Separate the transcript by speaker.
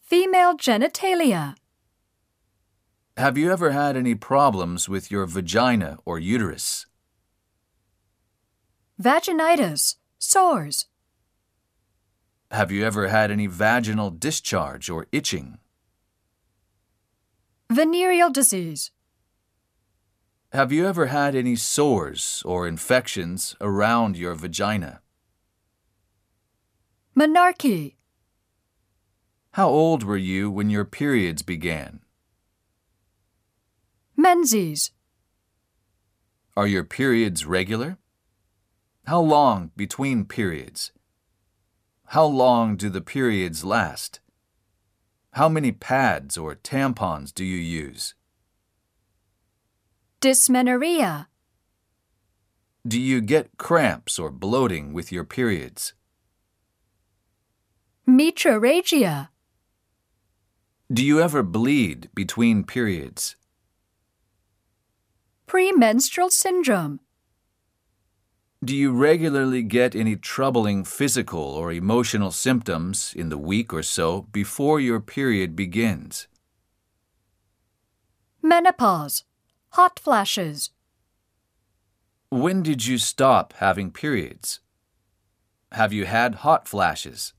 Speaker 1: Female genitalia.
Speaker 2: Have you ever had any problems with your vagina or uterus?
Speaker 1: Vaginitis. Sores.
Speaker 2: Have you ever had any vaginal discharge or itching?
Speaker 1: Venereal disease.
Speaker 2: Have you ever had any sores or infections around your vagina?
Speaker 1: Menarche.
Speaker 2: How old were you when your periods began?
Speaker 1: Menses.
Speaker 2: Are your periods regular? How long between periods? How long do the periods last? How many pads or tampons do you use?
Speaker 1: Dysmenorrhea.
Speaker 2: Do you get cramps or bloating with your periods?
Speaker 1: Mitra regia.
Speaker 2: Do you ever bleed between periods?
Speaker 1: Premenstrual syndrome.
Speaker 2: Do you regularly get any troubling physical or emotional symptoms in the week or so before your period begins?
Speaker 1: Menopause. Hot flashes.
Speaker 2: When did you stop having periods? Have you had hot flashes?